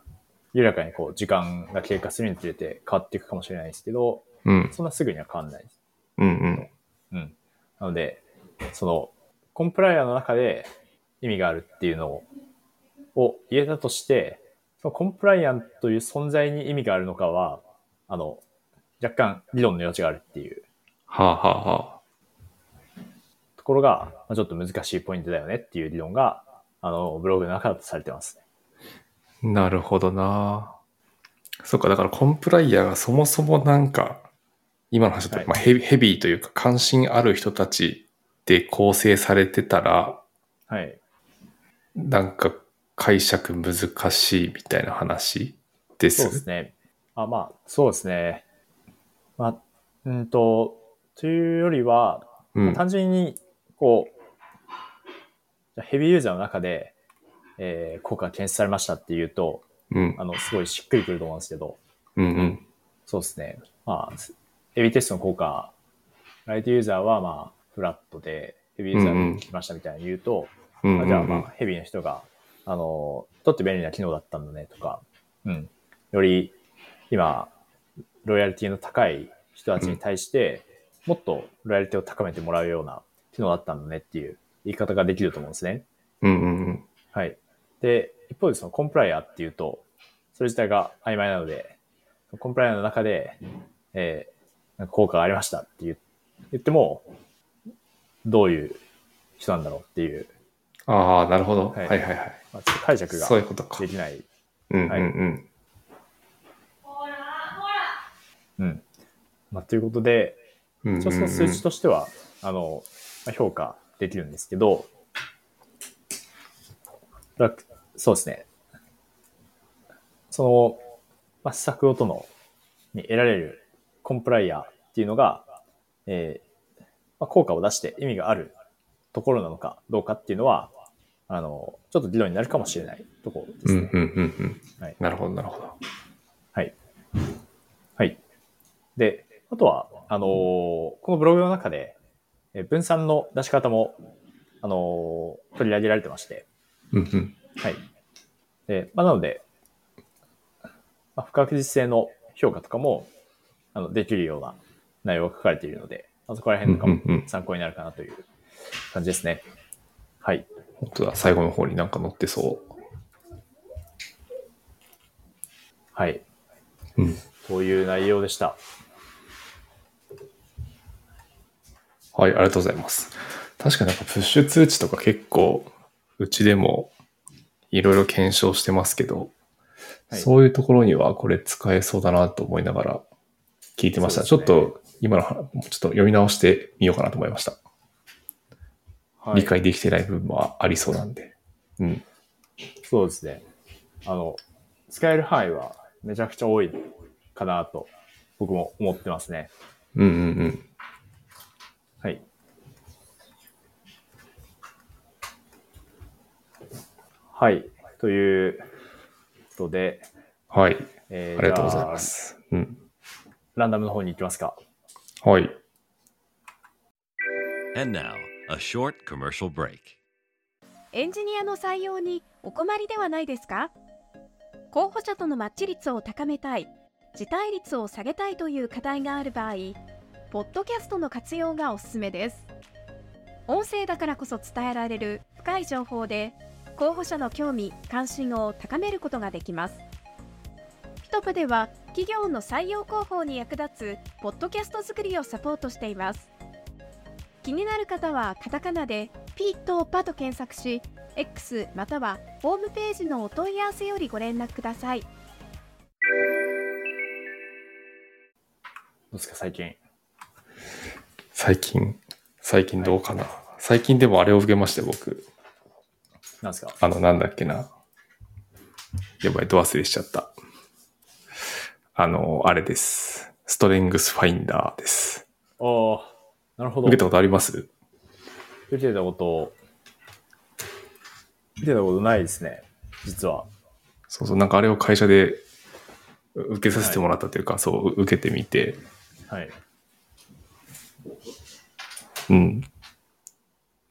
[SPEAKER 2] 緩やかにこう、時間が経過するにつれて変わっていくかもしれないですけど、
[SPEAKER 1] うん。
[SPEAKER 2] そんなすぐには変わんないです。
[SPEAKER 1] うんうん。
[SPEAKER 2] うん。なので、その、コンプライアの中で意味があるっていうのをを言えたとして、そのコンプライアンという存在に意味があるのかは、あの、若干理論の余地があるっていう
[SPEAKER 1] はあはあはあ。
[SPEAKER 2] ところが、まあ、ちょっと難しいポイントだよねっていう理論が、あの、ブログの中だとされてますね。
[SPEAKER 1] なるほどなそっか、だからコンプライヤーがそもそもなんか、今の話だと、
[SPEAKER 2] はい
[SPEAKER 1] まあヘビヘビーというか関心ある人たちで構成されてたら、
[SPEAKER 2] はい。
[SPEAKER 1] なんか解釈難しいみたいな話です。
[SPEAKER 2] そうですね。あ、まあ、そうですね。まあ、うんと、というよりは、
[SPEAKER 1] うん。
[SPEAKER 2] 単純に、こう、じゃあヘビーユーザーの中で、えー効果が検出されましたっていうと、
[SPEAKER 1] うん。
[SPEAKER 2] あの、すごいしっくりくると思うんですけど、
[SPEAKER 1] うんうん。
[SPEAKER 2] そうですね。まあ、ヘビーテストの効果、ライトユーザーはまあ、フラットで、ヘビーユーザーに聞きましたみたいに言うと、
[SPEAKER 1] うん
[SPEAKER 2] あ
[SPEAKER 1] うん
[SPEAKER 2] じ
[SPEAKER 1] う
[SPEAKER 2] ゃあまあ
[SPEAKER 1] ん。、
[SPEAKER 2] ヘビーの人が、あの、とって便利な機能だったんだねとか、うん。より、今、ロイヤリティの高い人たちに対して、もっとロイヤリティを高めてもらうような機能だったんだねっていう言い方ができると思うんですね。
[SPEAKER 1] うんうんうん。
[SPEAKER 2] はい。で、一方でそのコンプライアーっていうと、それ自体が曖昧なので、コンプライアーの中で、えーなんか効果がありましたって言う言っても、どういう人なんだろうっていう、
[SPEAKER 1] ああ、なるほど。は
[SPEAKER 2] はいい
[SPEAKER 1] はいはい。
[SPEAKER 2] まあ、ちょっと解釈が
[SPEAKER 1] そういうことか
[SPEAKER 2] で。きない。
[SPEAKER 1] うんうん
[SPEAKER 2] はい
[SPEAKER 1] うん。
[SPEAKER 2] うん。まあ、ということで、
[SPEAKER 1] うんうん
[SPEAKER 2] 一応その数値
[SPEAKER 1] と。
[SPEAKER 2] としては、あの、まあ、評価できるんですけど、だそうですね。その、まあ、施策ごとの、に得られるコンプライアーっていうのが、えーまあ、効果を出して意味があるところなのかどうかっていうのは、あの、ちょっと議論になるかもしれないところですね。
[SPEAKER 1] うんうんうんう
[SPEAKER 2] は
[SPEAKER 1] ん
[SPEAKER 2] い。
[SPEAKER 1] なるほどなるほど。
[SPEAKER 2] はい。はい。で、あとは、あのーこのブログの中で、えー分散の出し方も、あのー取り上げられてまして、
[SPEAKER 1] うんうん。
[SPEAKER 2] はい。で、まあ、なので、まあ、不確実性の評価とかも、あの、できるような内容が書かれているので、まあ、そこら辺とかも
[SPEAKER 1] うんうんうん
[SPEAKER 2] 参考になるかなという感じですね。はい。
[SPEAKER 1] 本当だ、最後の方になんか載ってそ
[SPEAKER 2] はい。
[SPEAKER 1] う。うん。
[SPEAKER 2] という内容でした。
[SPEAKER 1] はい、ありがとうございます。確かになんかプッシュ通知とか結構、うちでもいろいろ検証してますけど、
[SPEAKER 2] はい
[SPEAKER 1] そういうところにはこれ使えそうだなと思いながら聞いてました。ち
[SPEAKER 2] そ
[SPEAKER 1] ょ
[SPEAKER 2] う
[SPEAKER 1] っ
[SPEAKER 2] ですね
[SPEAKER 1] と今の話、ちょっと読み直してみようかなと思いました。
[SPEAKER 2] はい
[SPEAKER 1] 理解できてない部分もありそうなんで。うん。
[SPEAKER 2] そうですね。あの、使える範囲はめちゃくちゃ多いかなと、僕も思ってますね。
[SPEAKER 1] うんうんうん。
[SPEAKER 2] はい。はい。ということで、
[SPEAKER 1] はい。
[SPEAKER 2] え
[SPEAKER 1] ありがとうございま。す。うん。
[SPEAKER 2] じゃあランダムの方に行きますか。
[SPEAKER 1] はい。
[SPEAKER 3] And now, a short commercial break.
[SPEAKER 4] エンジニアの採用にお困りではないですか候補者とのマッチ率を高めたい、辞退率を下げたいという課題がある場合、ポッドキャストの活用がおすすめです。音声だからこそ伝えられる深い情報で、候補者の興味・関心を高めることができます。ピトプでは企業の採用広報に役立つポッドキャスト作りをサポートしています。気になる方はカタカナでピーとパと検索し X またはホームページのお問い合わせよりご連絡ください
[SPEAKER 2] どうですか、最近。
[SPEAKER 1] 最近、最近どうかな。最近でもあれを受けまして、僕。
[SPEAKER 2] なんですか
[SPEAKER 1] あの、なんだっけな。やばい、ド忘れしちゃった。あの、あれです。ストレングスファインダーです。
[SPEAKER 2] ああ、なるほど。
[SPEAKER 1] 受けたことあります
[SPEAKER 2] 受けたこと、受けたことないですね、実は。
[SPEAKER 1] そうそう、なんかあれを会社でう受けさせてもらったというか、そう、う受けてみて、
[SPEAKER 2] はい。
[SPEAKER 1] うん。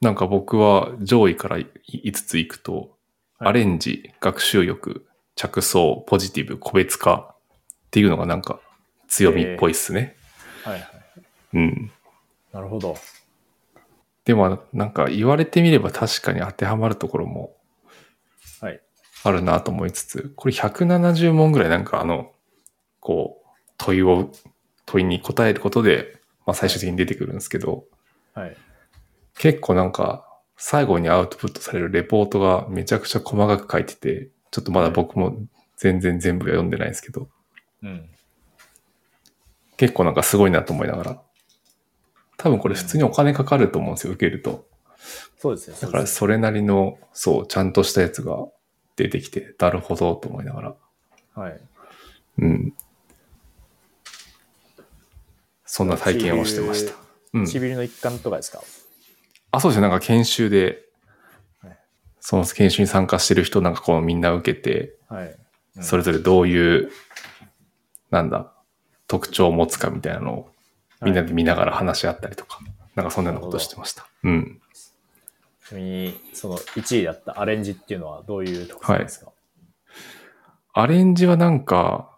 [SPEAKER 1] なんか僕は上位からい5ついくと、
[SPEAKER 2] はい
[SPEAKER 1] アレンジ、学習欲、着想、ポジティブ、個別化っていうのがなんか強みっぽいっすね。
[SPEAKER 2] はいはい。
[SPEAKER 1] うん。
[SPEAKER 2] なるほど。
[SPEAKER 1] でもなんか言われてみれば確かに当てはまるところも
[SPEAKER 2] はい。
[SPEAKER 1] あるなと思いつつ、これ170問ぐらいなんかあの、こう、問いを、問いに答えることで、まあ最終的に出てくるんですけど、
[SPEAKER 2] はい。
[SPEAKER 1] 結構なんか、最後にアウトプットされるレポートがめちゃくちゃ細かく書いてて、ちょっとまだ僕も全然全部は読んでないんですけど、
[SPEAKER 2] うん。
[SPEAKER 1] 結構なんかすごいなと思いながら。多分これ普通にお金かかると思うんですよ、受けると。
[SPEAKER 2] そうですね。
[SPEAKER 1] だから
[SPEAKER 2] そう
[SPEAKER 1] それなりの、そう、ちゃんとしたやつが出てきて、なるほどと思いながら。
[SPEAKER 2] ですはい。
[SPEAKER 1] うん。そんな体験をしてました。うん。
[SPEAKER 2] ちびりの一環とかですか、
[SPEAKER 1] あ、そうですね。なんか研修で
[SPEAKER 2] はい、
[SPEAKER 1] その研修に参加してる人なんかこうみんな受けて、
[SPEAKER 2] はい。うん
[SPEAKER 1] それぞれどういう、なんだ、特徴を持つかみたいなのをみんなで見ながら話し合ったりとか、なんかそんなようなことしてました。うん。
[SPEAKER 2] ちなみに、その1位だったアレンジっていうのはどういう特徴ですか、
[SPEAKER 1] アレンジはなんか、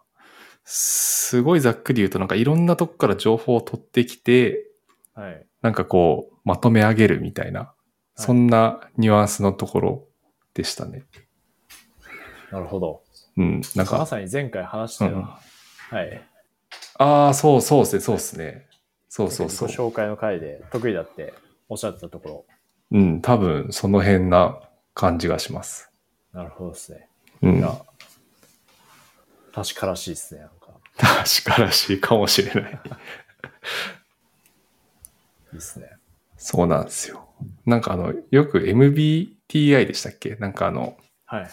[SPEAKER 1] すごいざっくり言うとなんかいろんなとこから情報を取ってきて、
[SPEAKER 2] はい、はい。
[SPEAKER 1] なんかこう、まとめ上げるみたいな、そんなニュアンスのところでしたね。
[SPEAKER 2] なるほど。
[SPEAKER 1] うん。なん
[SPEAKER 2] ま
[SPEAKER 1] か、
[SPEAKER 2] さに前回話したよう
[SPEAKER 1] うん
[SPEAKER 2] な、はい。
[SPEAKER 1] ああ、そうそうですね、そうですね。そうそうそ
[SPEAKER 2] 自己
[SPEAKER 1] う。
[SPEAKER 2] 紹介の回で得意だっておっしゃってたところ。
[SPEAKER 1] うん、多分その辺な感じがします。
[SPEAKER 2] なるほどですね。
[SPEAKER 1] うん。
[SPEAKER 2] いや確からしいですね、なんか。
[SPEAKER 1] 確からしいかもしれない。
[SPEAKER 2] いいですね。
[SPEAKER 1] そうなんですよ。なんかあの、よく MBTI でしたっけなんかあの、
[SPEAKER 2] はいはい。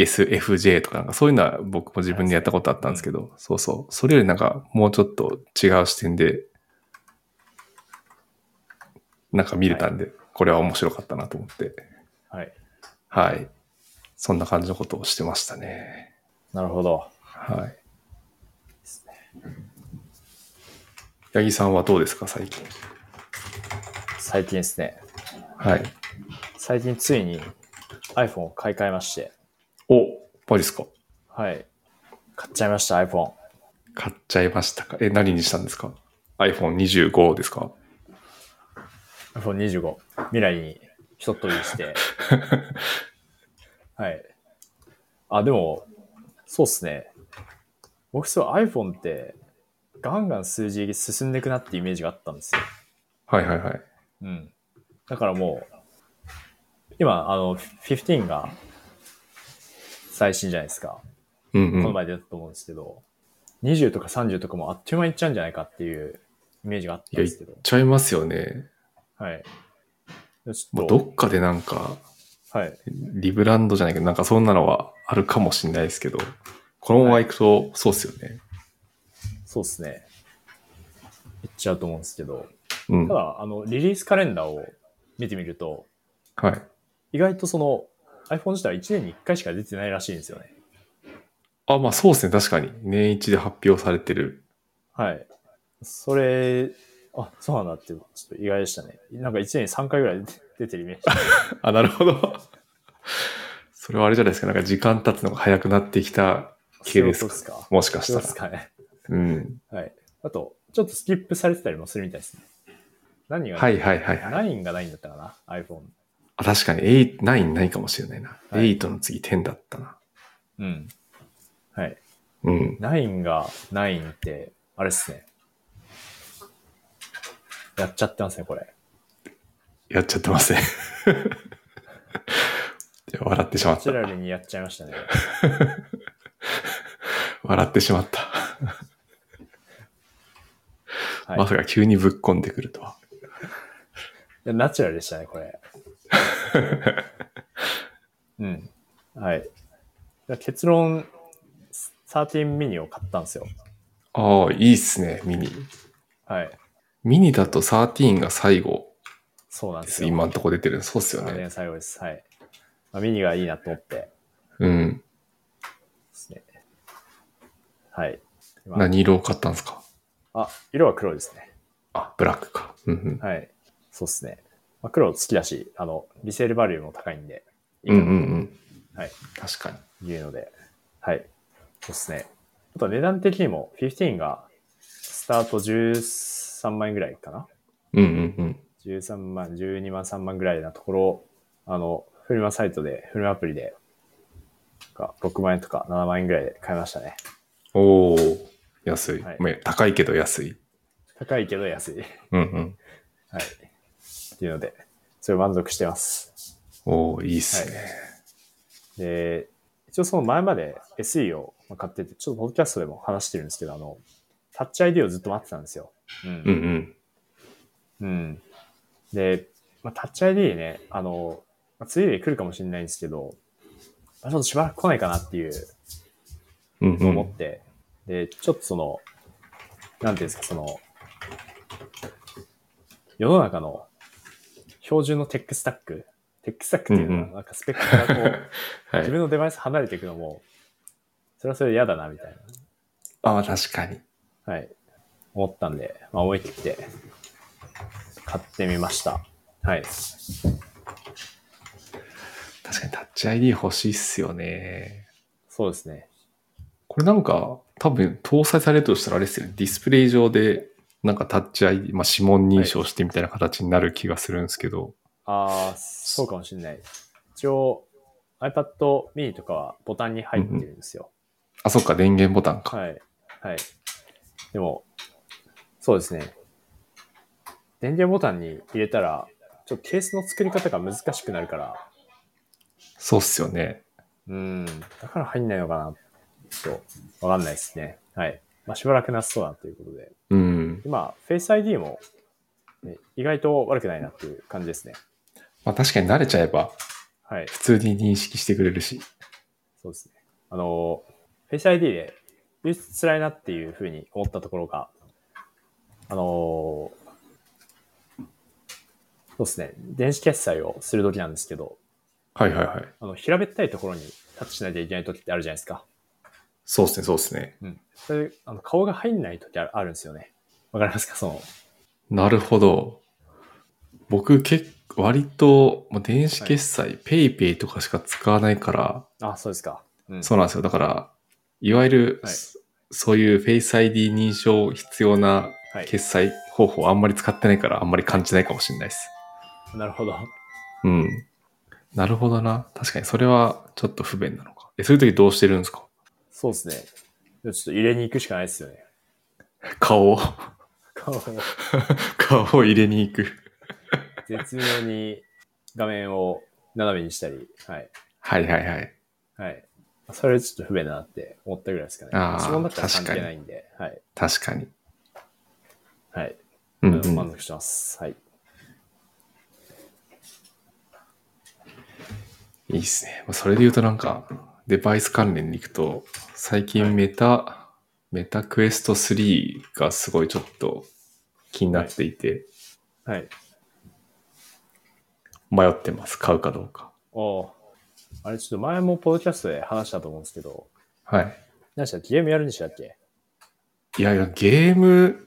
[SPEAKER 1] ESFJ とかなんかそういうのは僕も自分でやったことあったんですけど、そうそう。それよりなんかもうちょっと違う視点で、なんか見れたんで、これは面白かったなと思って、
[SPEAKER 2] はい。
[SPEAKER 1] はい。そんな感じのことをしてましたね。
[SPEAKER 2] なるほど。
[SPEAKER 1] はい。八木さんはどうですか、最近。
[SPEAKER 2] 最近ですね。
[SPEAKER 1] はい。
[SPEAKER 2] 最近ついに iPhone を買い替えまして。
[SPEAKER 1] お、マジですか
[SPEAKER 2] はい。買っちゃいました、iPhone。
[SPEAKER 1] 買っちゃいましたかえ、何にしたんですか ?iPhone25 ですか
[SPEAKER 2] iPhone25。未来にひとっ飛び して。はい。あ、でも、そうっすね。僕、そう iPhone って、ガンガン数字進んでいくなってイメージがあったんですよ。
[SPEAKER 1] はいはいはい。
[SPEAKER 2] うん。だからもう、今、あの、15が最新じゃないですか。
[SPEAKER 1] うんう
[SPEAKER 2] この
[SPEAKER 1] ん。
[SPEAKER 2] 前出たと思うんですけど、20とか30とかもあっという間にいっちゃうんじゃないかっていうイメージがあったんで
[SPEAKER 1] いや、いっ
[SPEAKER 2] すけど、
[SPEAKER 1] ちゃいますよね。
[SPEAKER 2] はい。ちょ
[SPEAKER 1] も
[SPEAKER 2] っ
[SPEAKER 1] うど
[SPEAKER 2] と、
[SPEAKER 1] っかでなんか、
[SPEAKER 2] はい。
[SPEAKER 1] リブランドじゃないけど、なんかそんなのはあるかもしれないですけど、このまま行くと、そうっすよね。
[SPEAKER 2] そうですね。いっちゃうと思うんですけど、
[SPEAKER 1] うん
[SPEAKER 2] た。だ、あの、リリースカレンダーを見てみると、
[SPEAKER 1] はい。
[SPEAKER 2] 意外とその iPhone 自体は1年に1回しか出てないらしいんですよね。
[SPEAKER 1] あ、まあそうですね。確かに。年一で発表されてる。
[SPEAKER 2] はい。それ、あ、そうなんだって、ちょっと意外でしたね。なんか1年に3回ぐらい出て出てるイメージ。
[SPEAKER 1] あ、なるほど。 それはあれじゃないですか。なんか時間経つのが早くなってきた系
[SPEAKER 2] そういう
[SPEAKER 1] ですか。
[SPEAKER 2] ことですか
[SPEAKER 1] もしかし
[SPEAKER 2] そう
[SPEAKER 1] た
[SPEAKER 2] で
[SPEAKER 1] ら
[SPEAKER 2] す。かね。
[SPEAKER 1] うん。
[SPEAKER 2] はい。あと、ちょっとスキップされてたりもするみたいですね。何が、
[SPEAKER 1] はいはいはいはい。
[SPEAKER 2] 9がないんだったかな ?iPhone。
[SPEAKER 1] あ確かに、8、9ないかもしれないな。
[SPEAKER 2] はい
[SPEAKER 1] 8の次10だったな。
[SPEAKER 2] うん。はい。
[SPEAKER 1] うん。
[SPEAKER 2] 9が9って、あれっすね。やっちゃってますね、これ。
[SPEAKER 1] やっちゃって ますね。いや笑ってしまっ
[SPEAKER 2] チ
[SPEAKER 1] た。
[SPEAKER 2] ラルにやっちゃいましたね。
[SPEAKER 1] 笑ってしまった。
[SPEAKER 2] はい
[SPEAKER 1] まさか急にぶっこんでくるとは。
[SPEAKER 2] いや、ナチュラルでしたね、こ れ。うん。はい。じゃあ結論、13ミニを買ったんですよ。
[SPEAKER 1] ああ、いいっすね、ミニ。
[SPEAKER 2] はい。
[SPEAKER 1] ミニだと13が最後
[SPEAKER 2] そうなん
[SPEAKER 1] で
[SPEAKER 2] です
[SPEAKER 1] す。
[SPEAKER 2] よ。
[SPEAKER 1] 今んとこ出てる。そうっすよ
[SPEAKER 2] 家
[SPEAKER 1] ね。
[SPEAKER 2] 電最後です。はい。まあ、ミニがいいなと思ってで
[SPEAKER 1] うん。
[SPEAKER 2] すね。はい。まあ
[SPEAKER 1] 何色を買ったんですか
[SPEAKER 2] あ、色は黒ですね。
[SPEAKER 1] あ、ブラックか。うんうん。
[SPEAKER 2] はい。そうですね。まあ、黒好きだし、あの、リセールバリューも高いんで、い
[SPEAKER 1] うん
[SPEAKER 2] い
[SPEAKER 1] うん
[SPEAKER 2] かなは
[SPEAKER 1] うん。
[SPEAKER 2] い。
[SPEAKER 1] 確かに。
[SPEAKER 2] というので、はい。そうですね。あと値段的にも、15が、スタート13万円ぐらいかな
[SPEAKER 1] うんうんうん。
[SPEAKER 2] 13万、12万、3万ぐらいなところ、あの、フルマサイトで、フルマアプリで、が6万円とか7万円ぐらいで買いましたね。
[SPEAKER 1] おー、安い。
[SPEAKER 2] はい
[SPEAKER 1] まあ高いけど安い。
[SPEAKER 2] 高いけど安い。はい。
[SPEAKER 1] うんうん。
[SPEAKER 2] っていうので、それ満足してます。
[SPEAKER 1] おー、いいっすね。
[SPEAKER 2] で、一応その前まで SE を買ってて、ちょっとポッドキャストでも話してるんですけど、あの、タッチ ID をずっと待ってたんですよ。うん
[SPEAKER 1] うんうん。
[SPEAKER 2] うん。で、まあ、タッチ ID ね、あの、まあ、次で来るかもしれないんですけど、まあ、ちょっとしばらく来ないかなっていう
[SPEAKER 1] うんう
[SPEAKER 2] 思っ
[SPEAKER 1] ん。
[SPEAKER 2] て、で、ちょっとその、なんていうんですか、その、世の中の標準のテックスタック、テックスタックっていうの
[SPEAKER 1] うんう
[SPEAKER 2] は、なんかスペックからこう、
[SPEAKER 1] は
[SPEAKER 2] 自
[SPEAKER 1] い。
[SPEAKER 2] 分のデバイス離れていくのも、それはそれで嫌だな、みたい
[SPEAKER 1] ああ、確かに。
[SPEAKER 2] な、はい、思ったんで、まあ、思い切って、買ってみました。はい。
[SPEAKER 1] 確かにタッチ ID 欲しいっすよね。
[SPEAKER 2] そうですね。
[SPEAKER 1] これなんか、多分搭載されるとしたらあれですよね。ディスプレイ上で、なんかタッチ ID、まあ指紋認証してみたいな形になる気がするんですけど。
[SPEAKER 2] ああ、そうかもしれない。一応、iPad mini とかはボタンに入ってるんですよ。
[SPEAKER 1] あ、そっか、電源ボタンか。
[SPEAKER 2] はい。はい。でも、そうですね。電源ボタンに入れたら、ちょっとケースの作り方が難しくなるから、
[SPEAKER 1] そうっすよね。
[SPEAKER 2] うん、だから入んないのかな、ちょっと、わかんないですね。はい。まあ、しばらくなさそうだということで。
[SPEAKER 1] うん。
[SPEAKER 2] 今、Face ID も、ね、意外と悪くないなっていう感じですね。
[SPEAKER 1] まあ確かに慣れちゃえば、
[SPEAKER 2] はい。
[SPEAKER 1] 普通に認識してくれるし。
[SPEAKER 2] そうですね。あの、Face ID で唯一辛いなっていうふうに思ったところが、あの、そうですね。電子決済をするときなんですけど、
[SPEAKER 1] はいはいはい。
[SPEAKER 2] あの、平べったいところにタッチしないといけないときってあるじゃないですか。
[SPEAKER 1] そうっすね、そうっすね。
[SPEAKER 2] うん。それ、あの顔が入んないときあるあるんですよね。わかりますかその、
[SPEAKER 1] なるほど。僕、結構、割と、もう電子決済、ペイペイとかしか使わないから、
[SPEAKER 2] あ、そうですか。うん。
[SPEAKER 1] そうなんですよ。だから、いわゆる、
[SPEAKER 2] はい
[SPEAKER 1] そそういうフェイス ID 認証必要な
[SPEAKER 2] はい。
[SPEAKER 1] 決済方法あんまり使ってないから、あんまり感じないかもしれないです。
[SPEAKER 2] なるほど。
[SPEAKER 1] うん。なるほどな。確かに、それはちょっと不便なのか。え、そういう時どうしてるんですか
[SPEAKER 2] そうですね。ちょっと入れに行くしかないですよね。
[SPEAKER 1] 顔を、
[SPEAKER 2] 顔を
[SPEAKER 1] 顔を入れに行く。
[SPEAKER 2] 絶妙に画面を斜めにしたり、はい。
[SPEAKER 1] はいはいはい。
[SPEAKER 2] はい。それちょっと不便だなって思ったぐらいですかね。
[SPEAKER 1] あー
[SPEAKER 2] 指紋だったら関
[SPEAKER 1] 確か
[SPEAKER 2] 係
[SPEAKER 1] に
[SPEAKER 2] ないんで、はい。
[SPEAKER 1] 確かに。
[SPEAKER 2] はい。
[SPEAKER 1] うん、
[SPEAKER 2] あ
[SPEAKER 1] う
[SPEAKER 2] の
[SPEAKER 1] ん。
[SPEAKER 2] 満足してます。はい。
[SPEAKER 1] いいっすね。まあそれで言うとなんか、デバイス関連に行くと、最近メタ、メタクエスト3がすごいちょっと気になっていて、
[SPEAKER 2] はい。
[SPEAKER 1] 迷ってます。買うかどうか。
[SPEAKER 2] おーあれ、ちょっと前もポッドキャストで話したと思うんですけど、
[SPEAKER 1] はい。
[SPEAKER 2] 何でしたっけゲームやるんでしたっけ
[SPEAKER 1] いやいや、ゲーム、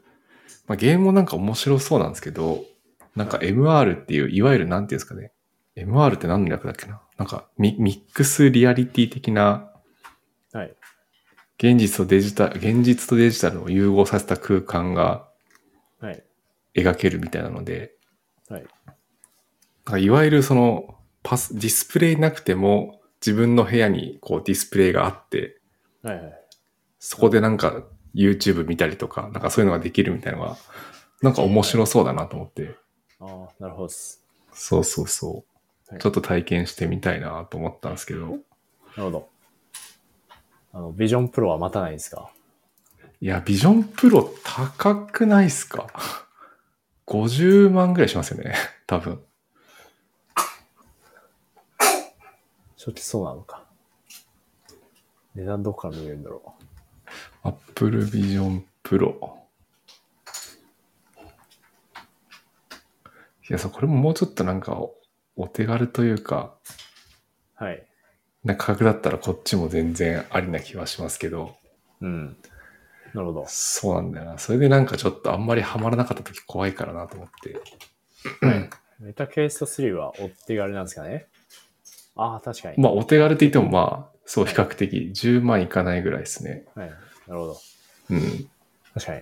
[SPEAKER 1] まあ、ゲームもなんか面白そうなんですけど、なんか MR っていう、いわゆるなんていうんですかね。MR って何の略だっけななんかミミックスリアリティ的な
[SPEAKER 2] はい。
[SPEAKER 1] 現実とデジタル、現実とデジタルを融合させた空間が
[SPEAKER 2] はい。
[SPEAKER 1] 描けるみたいなので、
[SPEAKER 2] はい。
[SPEAKER 1] なんかいわゆるそのパス、ディスプレイなくても自分の部屋にこうディスプレイがあって、
[SPEAKER 2] はいはい。
[SPEAKER 1] そこでなんか YouTube 見たりとか、なんかそういうのができるみたいなのが、なんか面白そうだなと思って。
[SPEAKER 2] ああ、なるほどっす。
[SPEAKER 1] そうそうそう。
[SPEAKER 2] はい
[SPEAKER 1] ちょっと体験してみたいなと思ったんですけど。
[SPEAKER 2] なるほど。あの、ビジョンプロは待たないんですか
[SPEAKER 1] いや、ビジョンプロ高くないっすか ?50 万ぐらいしますよね。多分。
[SPEAKER 2] 初期そうなのか。値段どこから見れるんだろう。
[SPEAKER 1] Apple Vision Pro。いや、そう、これももうちょっとなんかお、お手軽というか、
[SPEAKER 2] はい。
[SPEAKER 1] な価格だったらこっちも全然ありな気はしますけど、
[SPEAKER 2] うん。なるほど。
[SPEAKER 1] そうなんだよな。それでなんかちょっとあんまりハマらなかった時怖いからなと思って。
[SPEAKER 2] メタケースト3はお手軽なんですかねああ、確かに。
[SPEAKER 1] まあ、お手軽って言ってもまあ、そう、比較的10万いかないぐらいですね。
[SPEAKER 2] はい。なるほど。
[SPEAKER 1] うん。
[SPEAKER 2] 確かに。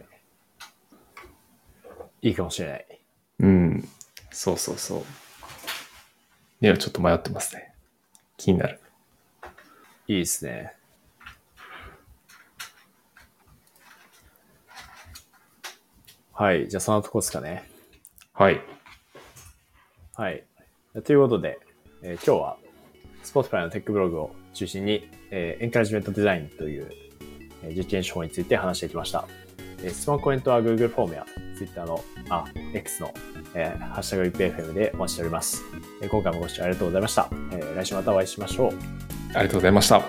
[SPEAKER 2] いいかもしれない。
[SPEAKER 1] うん。そうそうそう。いや、ちょっと迷ってますね。気になる。
[SPEAKER 2] いいですね。はい。じゃあ、そんなとこですかね。
[SPEAKER 1] はい。
[SPEAKER 2] はい。ということで、えー今日は Spotify のテックブログを中心に、えーエンカレッジメントデザインという、えー実験手法について話してきました。えー質問コメントは Google フォームや Twitter の、あ、X の、えーハッシュタグ IPFM でお待ちしております、えー今回もご視聴ありがとうございました。えー来週またお会いしましょう。
[SPEAKER 1] ありがとうございました。